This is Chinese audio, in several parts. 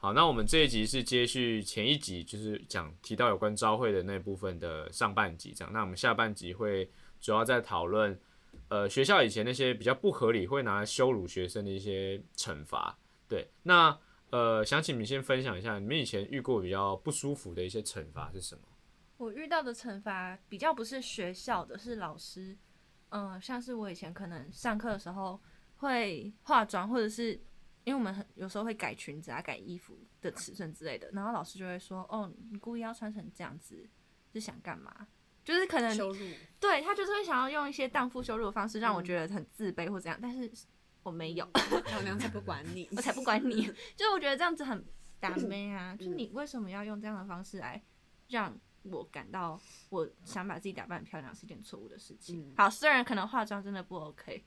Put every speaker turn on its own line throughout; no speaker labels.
好，那我们这一集是接续前一集，就是讲提到有关招会的那部分的上半集，这样。那我们下半集会主要在讨论，呃，学校以前那些比较不合理会拿来羞辱学生的一些惩罚。对，那呃，想请你们先分享一下，你们以前遇过比较不舒服的一些惩罚是什么？
我遇到的惩罚比较不是学校的，是老师。嗯、像是我以前可能上课的时候会化妆，或者是因为我们很有时候会改裙子啊、改衣服的尺寸之类的，然后老师就会说：“哦，你故意要穿成这样子，是想干嘛？”就是可能
羞辱，
对他就是会想要用一些荡妇羞辱的方式让我觉得很自卑或怎样，但是我没有，
老哦娘才不管你，
我才不管你。 就是我觉得这样子很打
嗯
妹啊，就是你为什么要用这样的方式来让我感到我想把自己打扮得漂亮是一件错误的事情？
嗯
好，虽然可能化妆真的不 OK，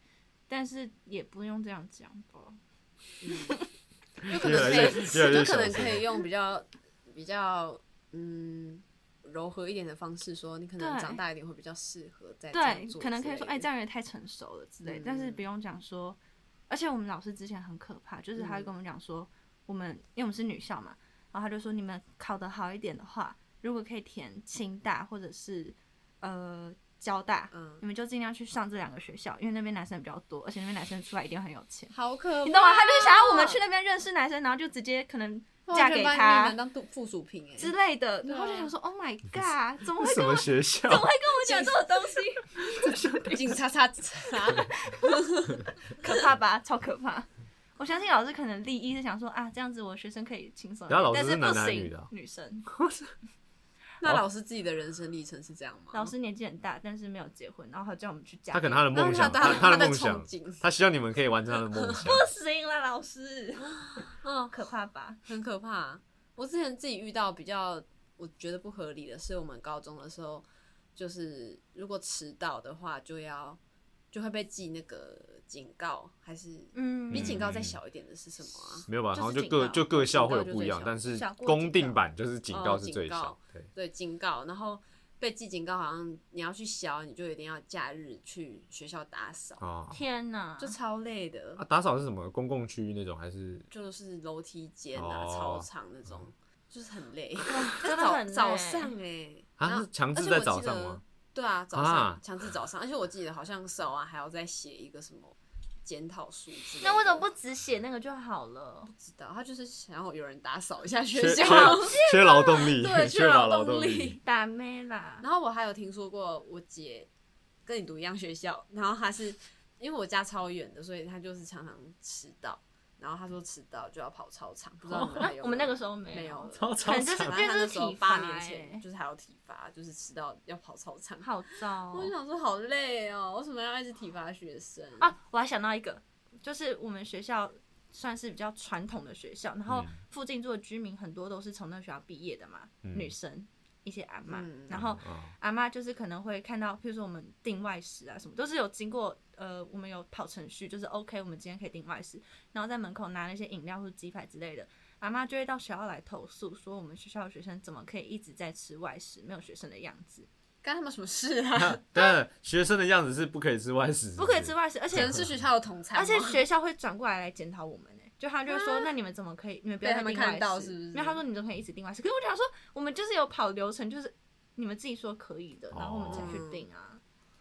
但是也不用这样讲吧。
有可
越
能
来
可
越
以，
越来越
就可
小
能
声
可以用比较比较嗯柔和一点的方式说，你可能
对
长大一点会比较适合再这样
对，
做
可能可以
之
说，
类
哎，
的
这样也太成熟了之类的，但是
嗯
不用讲说。而且我们老师之前很可怕，就是他会
嗯
跟我们讲说，我们因为我们是女校嘛，然后他就说，你们考得好一点的话，如果可以填清大或者是呃交大，
嗯，
你们就尽量去上这两个学校，因为那边男生比较多，而且那边男生出来一定很有钱。
好可怕，
你懂吗？他就是想要我们去那边认识男生，然后就直接可能
哇
嫁
我觉得
给
把你
他
们当杜附属品哎，
之类的，
对啊
然后就想说，Oh my god，怎么会
什
跟我
么
怎
学校？
么会跟我讲这种东西？
警察叉叉，
可怕吧，超可怕！我相信老师可能立意是想说啊，这样子我学生可以轻松一
等下
点，
老师
但
是
不
男的还
行，
是女的啊
女生，
那老师自己的人生历程是这样吗？
老师年纪很大，但是没有结婚，然后他叫我们去嫁给，
他可能他的
然后
梦想，
他
他
他
的
在
梦
憧
想，
憬，
他希望你们可以完成他的梦想。
不行了，老师，
嗯，
可怕吧？
很可怕。我之前自己遇到比较我觉得不合理的是，我们高中的时候，就是如果迟到的话，就要就会被记那个警告，还是
嗯，
比警告再
嗯
小一点的是什么啊？
没有吧？
就是
好像就
警
各
告
就各校会有
警告就
不一样，
最小
但是
小过
公
警
定
告
版就是警告
哦
是
警
最
告
小。对，
对，警告，然后被记警告，好像你要去消，你就一定要假日去学校打扫，
啊
天哪，
就超累的
啊，，打扫是什么？公共区域那种还是？
就是楼梯间啊、
哦
操场那种，就是很累。
真的
早
很累
早上哎、欸，然
啊，
后
是强制
而且
在
我
早
记得
上吗？
对啊，早
啊
上强制早上，而且我记得好像手啊还要再写一个什么检讨书之类的
那为什么不只写那个就好了？
不知道？他就是想要有人打扫一下学
缺缺
校。
缺劳动力，
对缺
缺乏
劳
劳
动
动
力
力。
打妹啦，
然后我还有听说过我姐跟你读一样学校，然后她是因为我家超远的，所以她就是常常迟到。然后她说迟到就要跑操场，不知道你们还有没有
哦我们那个时候没有
没有了，
超
可
超
能就
惨
是这
反正她那
就是
时候
体
八
罚
年
欸
前就是还有体罚，就是迟到要跑操场。
好糟哦、
我就想说好累哦，为什么要一直体罚学生？
啊！我还想到一个，就是我们学校算是比较传统的学校，然后
嗯
附近住的居民很多都是从那学校毕业的嘛，
嗯
女生一些阿妈，
嗯
然后
啊
阿妈就是可能会看到，譬如说我们订外食啊什么，都是有经过呃，我们有跑程序，就是 OK，我们今天可以订外食，然后在门口拿那些饮料或者鸡排之类的，阿妈就会到学校来投诉，说我们学校的学生怎么可以一直在吃外食，没有学生的样子，
干他们什么事啊？
但学生的样子是不可以吃外食，
不可以
是
吃外食，而
可
且
能是学校的同餐吗，啊
而且学校会转过来来检讨我们呢、就他就会说，那你们怎么可以，你们不要
被
再
他们
订外
看到
食
是不是
没有，他说你们怎么可以一直订外食？可是我想说，我们就是有跑流程，就是你们自己说可以的，然后我们才
哦
去订啊。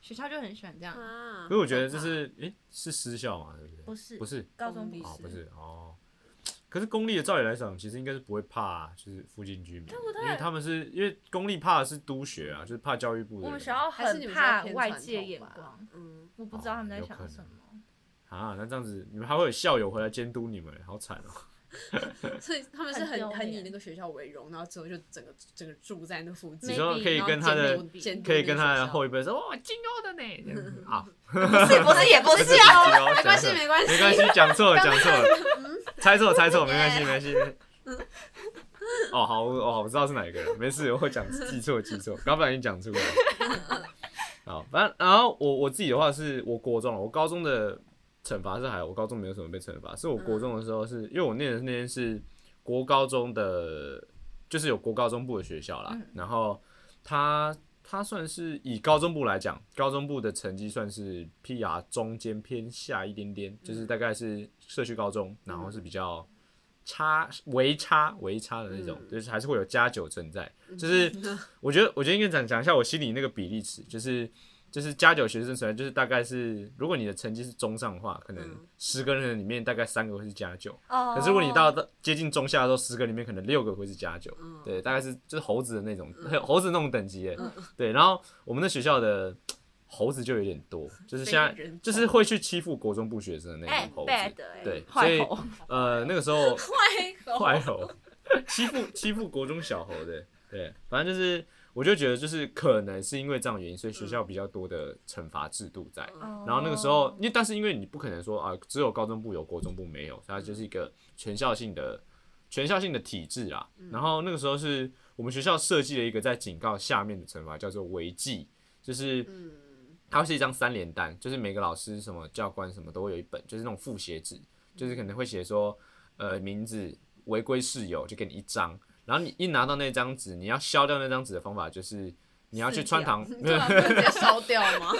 学校就很喜欢这样，
啊，
可是我觉得这是，诶，是私校嘛，对不对？
不是
不是，
高中
公
不
立
哦，
是
不是哦。可是公立的，照理来讲，其实应该是不会怕、啊就是附近居民，因为他们是因为公立怕的是督学啊，就是怕教育部的人。
我们学校
还是你
很
们
怕
比较偏
外
传
界
统
眼
吧
光，，
嗯，
我不知道他
哦
们在
有
想
可
什么。
啊，那这样子，你们还会有校友回来监督你们，好惨哦、
所以他们是
很丢
很很以
脸
那个学校为荣，然后之后就整个整个住在那附
你
近，
说
Maybe，
可以
然后
跟他的
监，督监督
可以跟他的后
一
一辈说，哇，金欧的呢这样子，啊，
不是不是也不是啊，
啊
没关系没关系
没关系，讲错了，讲错了，猜错猜错，没关系，没关系。哦，好，我哦，我知道是哪一个了，没事，我讲记错记错，刚不小心讲出来。好，反正然后我我自己的话是我国中了，我高中的惩罚是还好，我高中没有什么被惩罚，是我国中的时候是，因为我念的那间是国高中的，就是有国高中部的学校
嗯
啦，然后他他算是以高中部来讲，高中部的成绩算是
嗯
PR 中间偏下一点点，就是大概是社区高中，然后是比较差微差微差的那种，
嗯
就是还是会有加九存在。 就是我觉得，我觉得应该讲讲一下我心里那个比例尺，就是就是加九学生存在，就是大概是如果你的成绩是中上的话，可能
嗯
十个人里面大概三个会是加九。
哦
可是如果你到到接近中下的时候，十个里面可能六个会是加九，
嗯
对，大概是就是猴子的那种， 猴子那种等级耶，
嗯
对。然后我们那学校的猴子就有点多，就是现在
非人种
就是会去欺负国中部学生的那
哎
种猴子，
bad 哎，
对所
坏
以
猴，
呃，那个时 候
坏
坏猴欺负欺负国中小猴的，对，反正就是我就觉得就是可能是因为这样的原因，所以学校比较多的惩罚制度在。
嗯
然
然后那个时
哦
候，因为但是因为你不可能说啊，只有高中部有，国中部没有，所以它就是一个全校性的全校性的体制啊。然后那个时候是我们学校设计了一个在警告下面的惩罚，叫做违纪，就是
嗯
它会是一张三联单，就是每个老师、什么教官什么都会有一本，就是那种复写纸，就是可能会写说，呃，名字违规事由就给你一张，然后你一拿到那张纸，你要消掉那张纸的方法就是你要去穿堂，没
对
有，哎
啊，不能直接烧掉吗？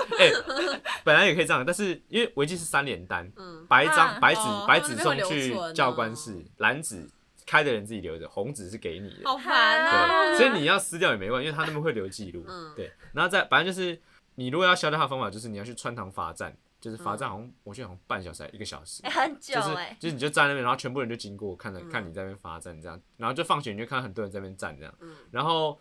本来也可以这样，但是因为违纪是三联单，
嗯
白张
啊
白纸
哦
白纸
他们
送
那边会留
去
存哦
教官室，蓝纸开的人自己留着，红纸是给你的，
好烦
对，
啊！
所以你要撕掉也没关系，因为他那边会留记录。
嗯
对，然后再反正就是你如果要消掉它的方法，就是你要去穿堂罚站，就是罚站好像、我记得好像半小时还一个小时。
哎很久
就是
哎，
就是你就站在那边，然后全部人就经过，看着
欸嗯
看你在那边罚站这样，然后就放学你就看到很多人在那边站这样
嗯，
然后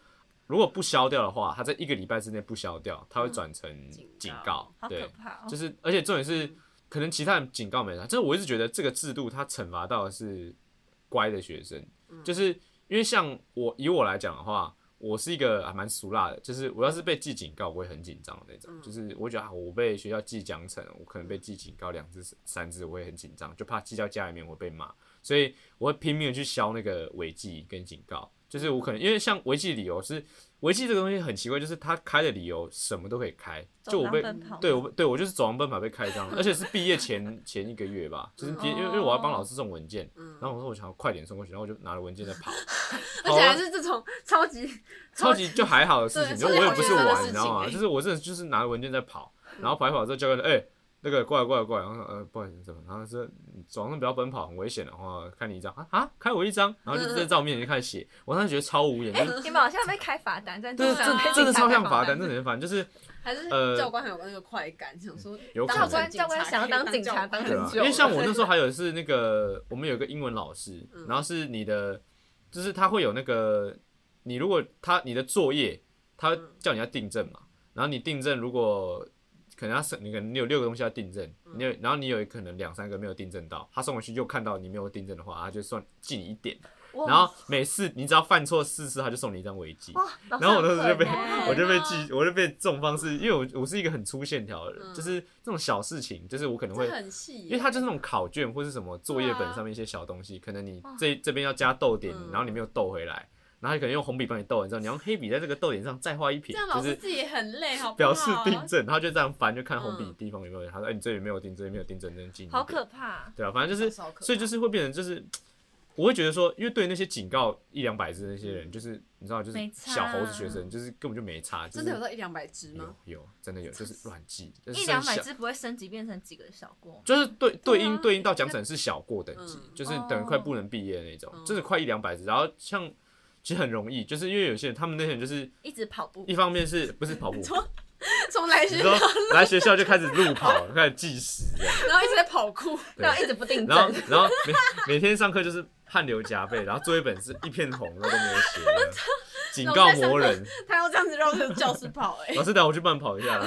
如果不消掉的话，他在一个礼拜之内不消掉，他会转成警
嗯警
告
告，
好
对
可，怕哦，
就是而且重点是可能其他人警告没他，就是我一直觉得这个制度它惩罚到的是乖的学生，
嗯
就是因为像我以我来讲的话，我是一个还蛮俗辣的，就是我要是被记警告，我会很紧张的那种，
嗯
就是我觉得啊，我被学校记奖惩，我可能被记警告两次三次，我会很紧张，就怕记到家里面我会被骂，所以我会拼命的去消那个违纪跟警告。就是我可能因为像违纪理由是违纪这个东西很奇怪，就是他开的理由什么都可以开，就
走
我
廊
被
奔跑
对，我被对我就是走廊奔跑被开张，而且是毕业前前一个月吧，就是毕业，因为因为我要帮老师送文件，然后我说啊我想要快点送过去，然后我就拿了文件在跑，
嗯而
跑
且
完
还是这种超级
超级就还好的事情，就
对
我也不是
超级好
玩，
学生的
你知道吗？
事情
就
欸
是我真的就是拿着文件在跑，然后跑一跑之后，教官说：“哎、那个过来过来过来。”然后说：“呃，不好意思，怎么？”然后说：“你早上不要奔跑，很危险的话，看你一张啊啊，开我一张。”然后就在在我面前就开始写，我当时觉得超无言，就是
你们好像被开罚单，在
真
路
的
上
真
被
的
警
真的
察
超像
开
罚单，真的很烦，就是
还是
呃嗯
教官很有那个快感，想说
有可
当
能
教
成
官
警察
教官想要当警察当
可以
很
对啊，
久
因
了，嗯
为像我那 时候还有是那个，我们有一个英文老师，然后是你的，就是他会有那个，你如果他你的作业，他
嗯
叫你要订正嘛，然后你订正如果可能他是你可能你有六个东西要订正，你
嗯
有然后你有可能两三个没有订正到，他送回去又看到你没有订正的话，他就算记你一点，
哇
然后每次你只要犯错四次，他就送你一张违纪。
哇，老师
然后我
很
当时就被
狠欸
我就被
天啊
记，我就被这种方式，因为我我是一个很粗线条的人，
嗯
就是这种小事情，就是我可能会
这很细耶，
因为它就是那种考卷或是什么作业本上面一些小东西，可能你这这边要加逗点，
啊嗯
然后你没有逗回来，然后你可能用红笔帮你逗完之后，你用黑笔在这个逗点上再画一撇
这样，老
就
师
是
自己也很累，好不好
表
啊
示订正，他就这样翻，就看红笔
嗯
地方有没有，他说哎你这里没有订，这里没有订正，真进
好可怕，
对啊，反正就是，
超可怕
所以就是会变成就是。我会觉得说，因为对那些警告一两百字的那些人，就是你知道，就是
没差
小猴子学生，就是根本就没差，就
啊真
是
的有到一两百只吗？
有有真的有，就是乱记，就是
一两
剩
百
下
只不会升级变成几个小过吗，
就是对对应
啊
对应到奖惩是小过等级，
嗯
就是等于快不能毕业那种，
哦
就是快一两百字。然后像其实很容易，就是因为有些人他们那些人就是
一直跑步
一，方面是不是跑步，
从来
你
学，
说来学校就开始路跑，开始计时这样，
然后一直在跑酷，
对
然后一直不定
然后
正，
然后每每天上课就是汗流浃背，然后作业本是一片红，然后都没有写 这样，警告魔人。
他要这样子绕着教室跑，
欸
哎，
老师，带我去慢跑一 下。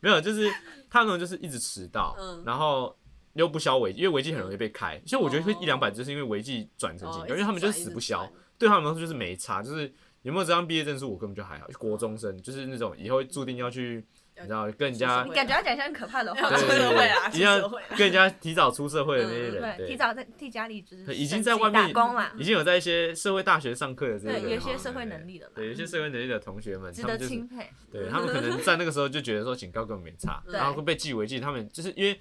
没有，就是他们就是一直迟到，
嗯
然后又不消违纪，因为违纪很容易被开。所以我觉得会
哦
一两百，就是因为违纪转成警
哦
告，
一
因
直
为他们就
转
死
一
不
直
消
转。
对他们来说就是没差，就是有没有这张毕业证书，我根本就还好。国中生就是那种以后注定要去，你知道跟人家
出
你感觉要讲一些很可怕的话
社，会
对对
出社
对
会啊
对，一样
出社 会啊
跟人家提早出社会的那些人，
嗯对，
对
提，早在替家里就是
对已经
省
在
级
外面
打工啦，
已经有在一些社会大学上课的这些
对，
人
有一些
嘛
社会
对
能力的啦，
对，有一些社会能力的同学们，
值
他
得
们就是
钦佩，
对他们可能在那个时候就觉得说警告根本没差，
对
然后会被记违纪。他们就是因为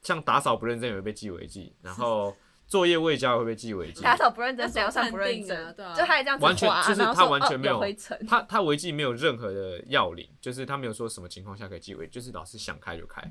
像打扫不认真也会被记违纪，然后作业未交也会被记违纪。
打扫不认真，
那
怎样算不认
怎么判定啊
真
对？啊
就他也这样子
完全
滑
就是
然后
他
说
完全
哦
没有
灰 尘，
他他违纪没有任何的要领，就是他没有说什么情况下可以记违，就是老师想开就开。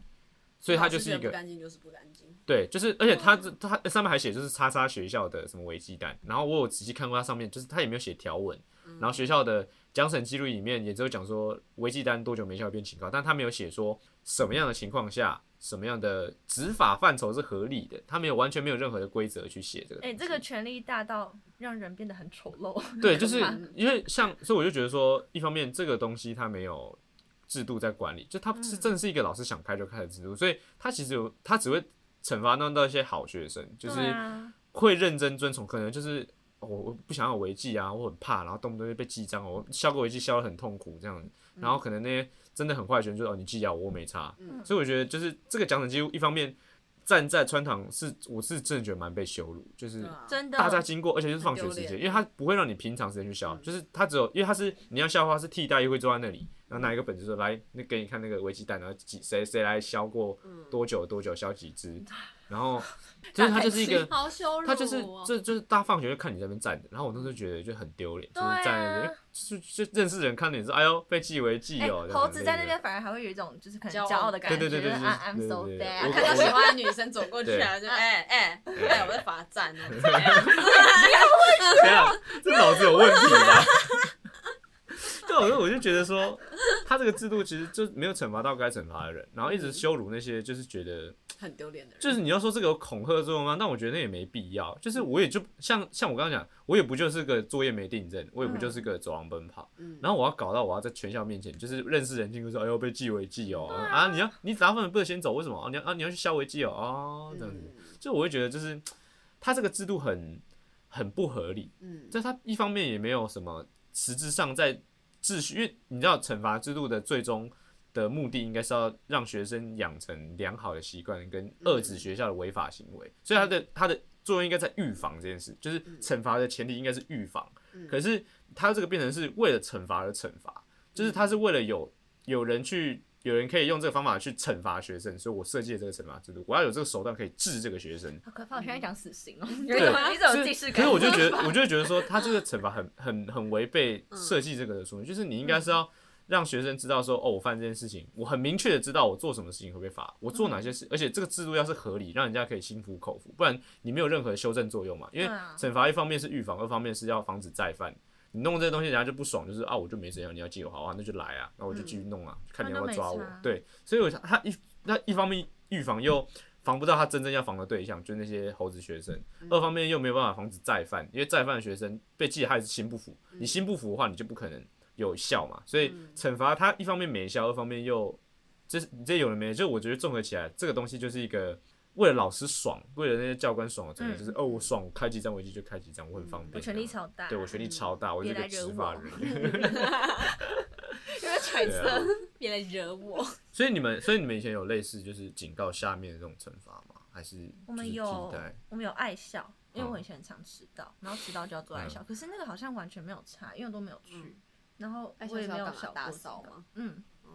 所以它就是一
老师觉得
个
不干净就是不干净。
对，就是，
嗯
而且它这它上面还写就是叉叉学校的什么微鸡蛋，然后我有仔细看过它上面，就是它也没有写条文，
嗯
然后学校的奖惩记录里面也只有讲说微鸡蛋多久没效变勤高，但它没有写说什么样的情况下什么样的执法范畴是合理的，它没有完全没有任何的规则去写这个东
哎、
西。
这个权力大到让人变得很丑陋。
对，就是
怕
因为像，所以我就觉得说，一方面这个东西它没有制度在管理，就它
嗯
是正是一个老师想开就开的制度，所以它其实有它只会惩罚那到一些好学生，就是
对啊，
会认真遵从，可能就是、哦我我不想要有违纪啊，我很怕，然后动不动就被记章，我消个违纪消的很痛苦这样，然后可能那些真的很坏的学生就哦你记啊，我没差，
嗯
所以我觉得就是这个奖惩记录一方面。站在穿堂是，我是真的觉得蛮被羞辱，就是
对啊
真的，
大家经过，而且就是放学时
很丢
间，
脸嗯
因为它不会让你平常时间去消，就是它只有，因为它是你要消的话是替代役会坐在那里，然后拿一个本子说来，那给你看那个微鸡蛋，然后几谁谁来消过
嗯
多久多久消几只， 然后就是它就是一个，
好羞辱、哦，
它就是这就是大家放学就看你在那边站着，然后我那时候觉得就很丢脸，就
对
是
啊
站在那边，就就就认识人看到你说哎呦被记为记
哎、
哦，这样
猴
之
子
类
在那
的
边反而还会有一种就是可
骄
能
傲
骄傲的
感
感
对
觉，
对对对
就是
对
啊，I'm
对
so
对对我
bad，
我
看到喜欢的女生走过去啊，就哎哎哎，我在罚站呢，哎
对啊，这脑子有问题吧？ 对，我就我就觉得说，他这个制度其实就没有惩罚到该惩罚的人，然后一直羞辱那些就是觉得，
很丢脸的人，
就是你要说这个有恐吓作用吗？但我觉得那也没必要。就是我也就像像我刚刚讲，我也不就是个作业没订正，我也不就是个走廊奔跑，
嗯
然后我要搞到我要在全校面前，就是认识人进入说，哎呦被记为记哦啊你要你打分不能先走，为什么啊你要啊你要去消为记哦哦这样
嗯
子，就我会觉得就是他这个制度很很不合理，
嗯，
但他一方面也没有什么实质上在秩序，因为你知道惩罚制度的最终的目的应该是要让学生养成良好的习惯跟
嗯
遏制学校的违法行为，所以他的他的作用应该在预防这件事，就是惩罚的前提应该是预防，
嗯
可是他这个变成是为了惩罚而惩罚，就是
嗯
他是为了有有人去。有人可以用这个方法去惩罚学生，所以我设计了这个惩罚制度，我要有这个手段可以治这个学生。
好可怕！我现在讲死刑哦， 有一种
对
有一种
是
既视
可
感。
是我就觉得，我就觉得说，他这个惩罚很很很违背
嗯
设计这个的说明，就是你应该是要让学生知道说，哦，我犯这件事情，我很明确的知道我做什么事情会被罚，我做哪些
嗯
事，而且这个制度要是合理，让人家可以心服口服，不然你没有任何修正作用嘛。因为
对啊
惩罚一方面是预防，二方面是要防止再犯。你弄这些东西，人家就不爽，就是啊，我就没怎样，你要记我好啊，那就来啊，那我就继续弄啊，看你要不要抓我
嗯那都没差。
对，所以我想他一那一方面预防又防不到他真正要防的对象，就是那些猴子学生；
嗯
二方面又没有办法防止再犯，因为再犯的学生被记还是心不服，
嗯
你心不服的话，你就不可能有效嘛。所以惩罚他一方面没效，二方面又这是这有了没？就我觉得综合起来，这个东西就是一个。为了老师爽，为了那些教官爽的程度，
嗯
就是哦，我爽，我开几张我就就开几张，我很方便。啊
我权力超大，
对我权力超大，我是一个
别来惹
执法
我
人。
因为揣
对啊
测别来惹我，
所以你们，所以你们以前有类似就是警告下面的这种惩罚吗？还是
我们
就是
有
替代
我们有爱校，因为
嗯
我以前很常迟到，然后迟到就要做爱校，可是那个好像完全没有差，因为我都没有去
嗯，
然后
爱校
我也没
是要
有
干嘛
小
打
过
扫
警告
吗？
嗯，
哦，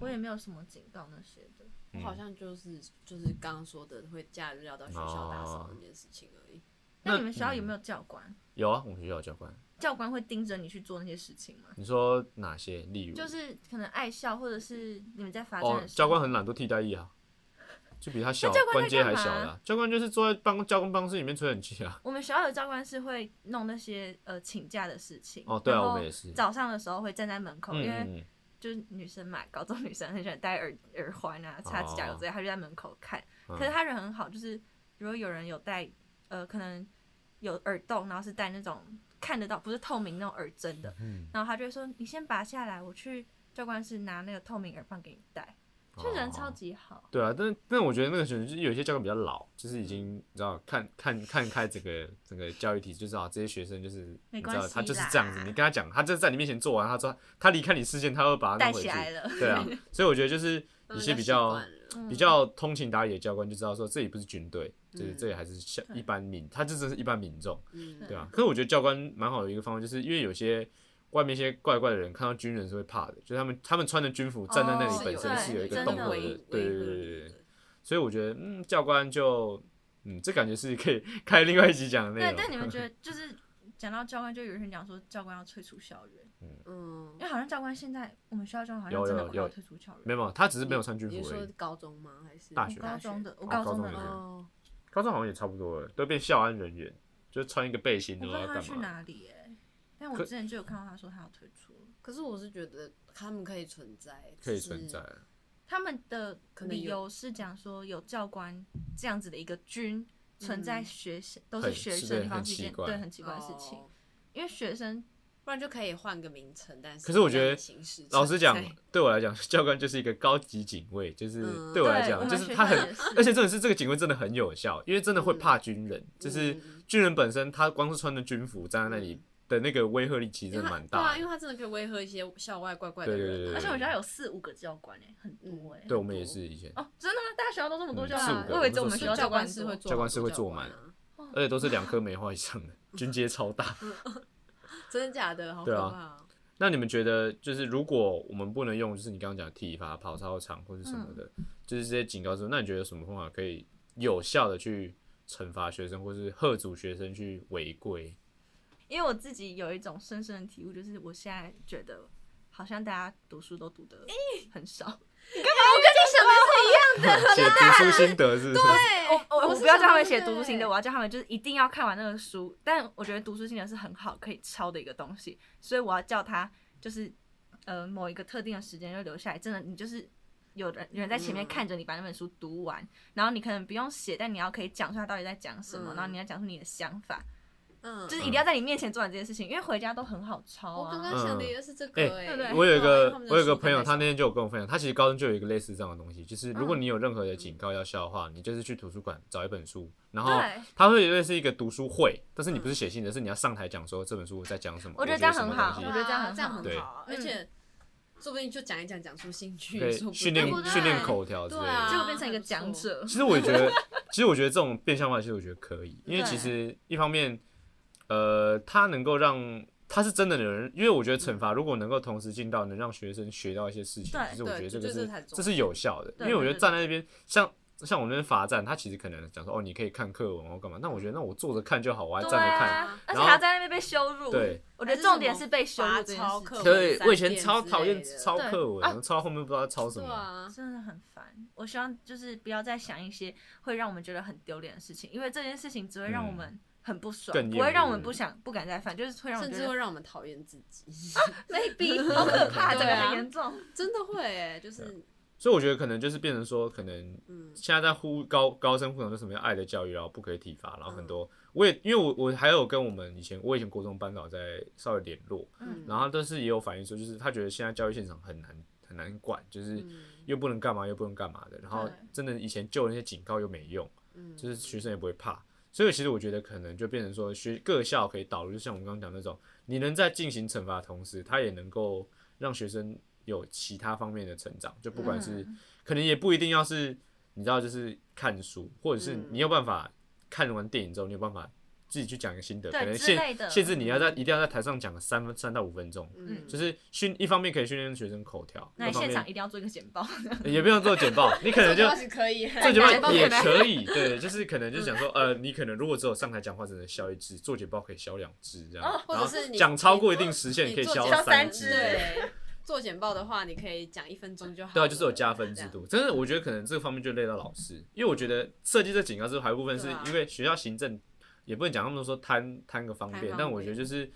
我也没有什么警告那些的。
我好像就是就是刚刚说的，会假日要到学校打
哦
扫那件事情而已。
那
那嗯
你们学校有没有教官？
有啊？我们学校有教官，
教官会盯着你去做那些事情吗？
你说哪些？例如
就是可能爱校，或者是你们在罚站
哦
的，时候，
教官很懒惰，替代役啊，就比他小
那教官
官
在
阶还
干嘛
小的啊、教官就是坐在办公教官办公室里面吹冷气啊。
我们学校的教官是会弄那些呃请假的事情。
哦对啊
然后
我们也是
早上的时候会站在门口，因为
嗯，
就是女生嘛，高中女生很喜欢戴耳耳环啊、擦指
哦
甲油之类，她就在门口看。
嗯
可是她人很好，就是如果有人有戴呃，可能有耳洞，然后是戴那种看得到不是透明那种耳针的，
嗯
然后她就会说：“你先拔下来，我去教官室拿那个透明耳棒给你戴。”就人超
哦
级好，
对啊，但但我觉得那个选就是有一些教官比较老，就是已
嗯
经你知道看看看开整个整个教育体制，就知啊道这些学生就是你
没
知道
关系
他就是这样子，
啦
你跟他讲，他就是在你面前做完，他说他离开你视线，他会把它
戴
弄回去。
起来了。
对 啊，所以我觉得就是
让
一
人
些
家
比
习
较
惯了
嗯
比较通情达理的教官就知道说这里不是军队，就是
嗯
这里还是像
对
一般民，他这真是一般民众，
嗯
对啊。可是我觉得教官蛮好的一个方法，就是因为有些外面一些怪怪的人看到军人是会怕的，就是他们他们穿着军服站在那
哦
里本身
对
哎
是有一个
真
动
的
作
微
的，对对对对对。所以我觉得嗯，教官就嗯，这感觉是可以开另外一集讲的内
对，
容。
但你们觉得就是讲到教官，就有人讲说教官要退出校园，
嗯
因，为好像教官现在我们学校教官好像
有
真的
有
快要
有
退出校园。
没有，没有他只是没有穿军
你
服
是
而
说
已。
高中吗？还是
大
我
学
高中的，我
哦
高中
高
的
中的
啦，
哦，
高中好像也差不多了，都变校安人员，就穿一个背心，
我
然
不
后要
知道他
干
去
嘛？
哪里哎，但我
可
之前就有看到他说他要退出了。
可是我是觉得他们可以存在，
可以
只是
存在。
他们的
可能有
理由是讲说有教官这样子的一个军存在学生、都是
很
学
是
生
对
地方
很
是一
奇
件
怪
对很奇怪的事情，
哦
因为学生
不然就可以换个名称，但是
可是我觉得
这样的形式
老实讲
存在，
对我来讲，教官就是一个高级警卫，就是
嗯
对我来
对
讲，
我
就
们
是
学
他
校
很
也是，
而且真的是这个警卫真的很有效，因为真的会
嗯
怕军人，就是
嗯
军人本身他光是穿着军服站在那里的那个威慑力其实
因为
真的
他
蛮
对啊，
大
因
的。
为他真的可以威吓一些校外怪怪的
对对
人啊，
对
而且我觉
对
得有四五个教官哎、很多哎、
对我们也是以前，
哦，真的吗？大家学校都这么多
嗯
教
四
官啊
五？个
我以为只有我们
我们是
学校
说
教官
是
室会
做，
坐，
教官室会坐
坐
满
啊，
而且都是两颗梅花以上的，军阶超大。
真的假的？好
对
可
啊
怕哦！
那你们觉得，就是如果我们不能用，就是你刚刚讲的体罚、跑操场或是什么的，就是这些警告之后，那你觉得有什么方法可以有效的去惩罚学生，或是喝阻学生去违规？
因为我自己有一种深深的体悟，就是我现在觉得好像大家读书都读的很少。
写读书心得是不是？
我哎我
我
我
哦是
不要叫他们
想
写
的
读书心得，
欸
我要叫他们就是一定要看完那个书。但我觉得读书心得是很好可以抄的一个东西，所以我要叫他就是呃某一个特定的时间就留下来。真的，你就是有人有人在前面
嗯
看着你把那本书读完，然后你可能不用写，但你要可以讲出他到底在讲什么，
嗯
然后你要讲出你的想法，
嗯，哦
就是一定要在你面前做完这件事情，因为回家都很好抄
我刚
啊。
刚想的也是这
哦哎
个哎、
对 啊对
我有一
对
个
他们的
我有一个
书
朋友，
看
他
太
那天就有跟我分享，他其实高中就有一个类似这样的东西，就是如
嗯
果你有任何的警告要消化，你就是去图书馆找一本书，然后
对嗯
他会类似一个读书会，但是你不是写信的，是你要上台讲说这本书在讲什么，
我觉
觉
得这样很
什么东
好
西
我
少
觉得这样很嗯
对
好
啊这样很好啊，
对
而且说不定就讲一讲，讲出兴趣，
可
说
以
不
训
定
对不
练
对
训练口条之类
对
的。
啊，
结果变成一个
很不错
讲，者，
其实我也觉得，其实我觉得这种变相化，其实我觉得可以，因为
对
其实一方面，呃，它能够让它是真的能人，因为我觉得惩罚如果能够同时进到能让学生学到一些事情，
对
其实我觉得
对
这个
这
是
这才重要
这是有效的，因
对
为我觉得
对对
站在那边像。像我那边罚站，他其实可能讲说哦，你可以看课文或干嘛。那我觉得，那我坐着看就好，我还
嗯对
站着看。
啊，而
然
且
后
还要在那边被羞辱。
对，
我觉得重点是被羞辱这件
还是
事
什么罚
情
抄。课
对，我以前
三遍
超
之
讨厌
类的
抄
对
课文，
啊
然后抄到后面不知道抄什
对
么。
啊，
真的很烦。我希望就是不要再想一些会让我们觉得很丢脸的事情，因为这件事情只会让我们很不
嗯
爽，
更厌恶
不会让我们不想不敢再犯，就是会让我
甚
们觉
至
得
会让我们讨厌自己，
maybe 好可怕，这
对
个
啊
很严重。嗯
真的会哎、
啊
就是
所以我觉得可能就是变成说，可能
嗯
现在在呼高高声呼喊说什么要爱的教育，然后不可以体罚，然后很
嗯
多我也因为我我还有跟我们以前我以前国中班导在稍微联络，
嗯
然后但是也有反映说，就是他觉得现在教育现场很难很难管，就是
嗯
又不能干嘛又不能干嘛的，然后
对
真的以前旧的那些警告又没用，
嗯，
就是学生也不会怕。所以其实我觉得可能就变成说，学各校可以导入，就像我们刚刚讲那种，你能在进行惩罚的同时，它也能够让学生有其他方面的成长，就不管是、
嗯
可能也不一定要是，你知道，就是看书，或者是
嗯
你有办法看完电影之后，你有办法自己去讲一个心得，
对
可能
之类
限
的嗯
限制你要在一定要在台上讲个三分三到五分钟，
嗯
就。是训一方面可以训练学生口条，
那
一
你
方
现场
面
一定要做一个简报，
也不用做简报，你可能 就
这句话是可以，
做
这
简
简
报
报
也
可以
可以，对，就是可能就想说，呃，你可能如果只有上台讲话，只能消一支，做简报可以消两支这样，
或
然后
者是你
讲超过一定时限可以
做
消
消
三
三
支，
支
对，做简报的话，你可以讲一分钟就好了。
对啊，就是有加分
这
制
样。
度。真的，我觉得可能这个方面就累到老师，因为我觉得设计这警告制度还有部分是
对啊
因为学校行政也不能讲他们说贪贪个方
贪
便，
方便
但我觉得就是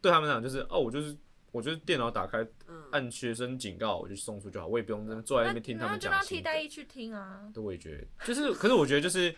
对他们来讲就是哦，我就是我就是电脑打开
嗯，
按学生警告我就送出就好，我也不用真的坐在
那
那边听他
那
们
就
讲
让
心
替
得
代。役去听啊。
对，我也觉得就是，可是我觉得就是，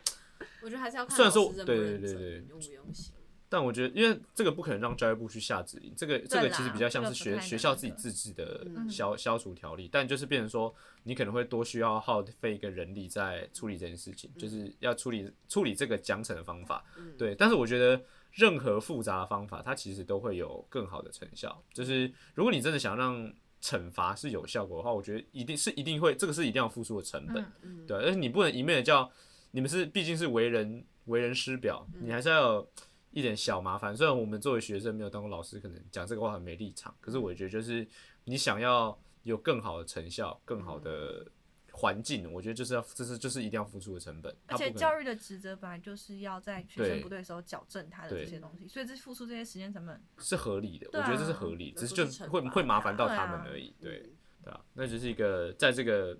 我觉得还是要看
虽然说
老师认不认
对对
真
对对
用不用心。
但我觉得因为这个不可能让教育部去下指令，这个这个
对啦
其实比较像是学
这个不太
学校
能
自己
的
自治的
嗯
消消除条例，但就是变成说你可能会多需要耗费一个人力在处理这件事情，就是要处理处理这个奖惩的方法。
嗯
对，但是我觉得任何复杂的方法，它其实都会有更好的成效。就是如果你真的想让惩罚是有效果的话，我觉得一定是一定会，这个是一定要付出的成本。
嗯
嗯
对，而且你不能一面的叫你们是毕竟是为人为人师表，
嗯
你还是要有一点小麻烦。虽然我们作为学生没有当过老师，可能讲这个话很没
嗯
立场，可是我觉得就是你想要有更好的成效、更好的环境，我觉得就是要这是就是一定要付出的成本。
而
他不可
且
能
教育的职责本来就是要在学生
对
不对的时候矫正他的
对
这些东西，所以这付出这些时间成本，
是合理的，
对
我
啊
觉得这是合理，
就
只是
不
就是
惩
会
罚
会麻烦到
他
他
对啊
们而已。对
嗯
对啊，那就是一个在这个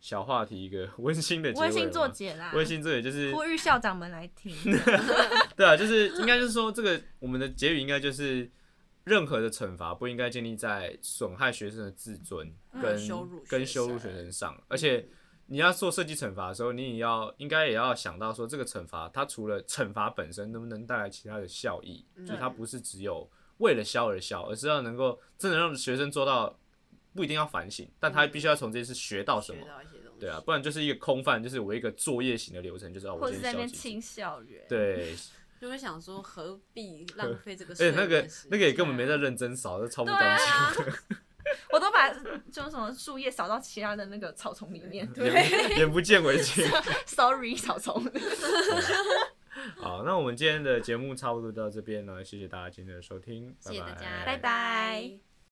小话题一个 温馨的结尾
温馨
嘛
作结啊啦，
温馨作结就是
呼吁校长们来听。
对啊，就是应该就是说，这个我们的结语应该就是，任何的惩罚不应该建立在损害学生的自尊
嗯
跟、
羞辱学
跟羞辱
生
学生上，而
嗯
且你要做设计惩罚的时候，你也要应该也要想到说，这个惩罚它除了惩罚本身能不能带来其他的效益，就是它不是只有为了消而消，而是要能够真的让学生做到不一定要反省，但他必须要从这件事学到什么
学。到一些东西。
对啊，不然就是一个空泛，就是我一个作业型的流程，就是哦，我
或者
今
是在
天消
那边
极主义
清校园，
对，
就会想说何必浪费这 个
而且
睡
那
眠
个
时间？
那个也根本没在认真扫，这超不
对
干净。
啊， 我都把就是什么树叶扫到其他的那个草丛里面。
眼眼不见为 净。
Sorry，草丛。
好，那我们今天的节目差不多到这边了，谢谢大家今天的收听，
谢谢大家
拜拜。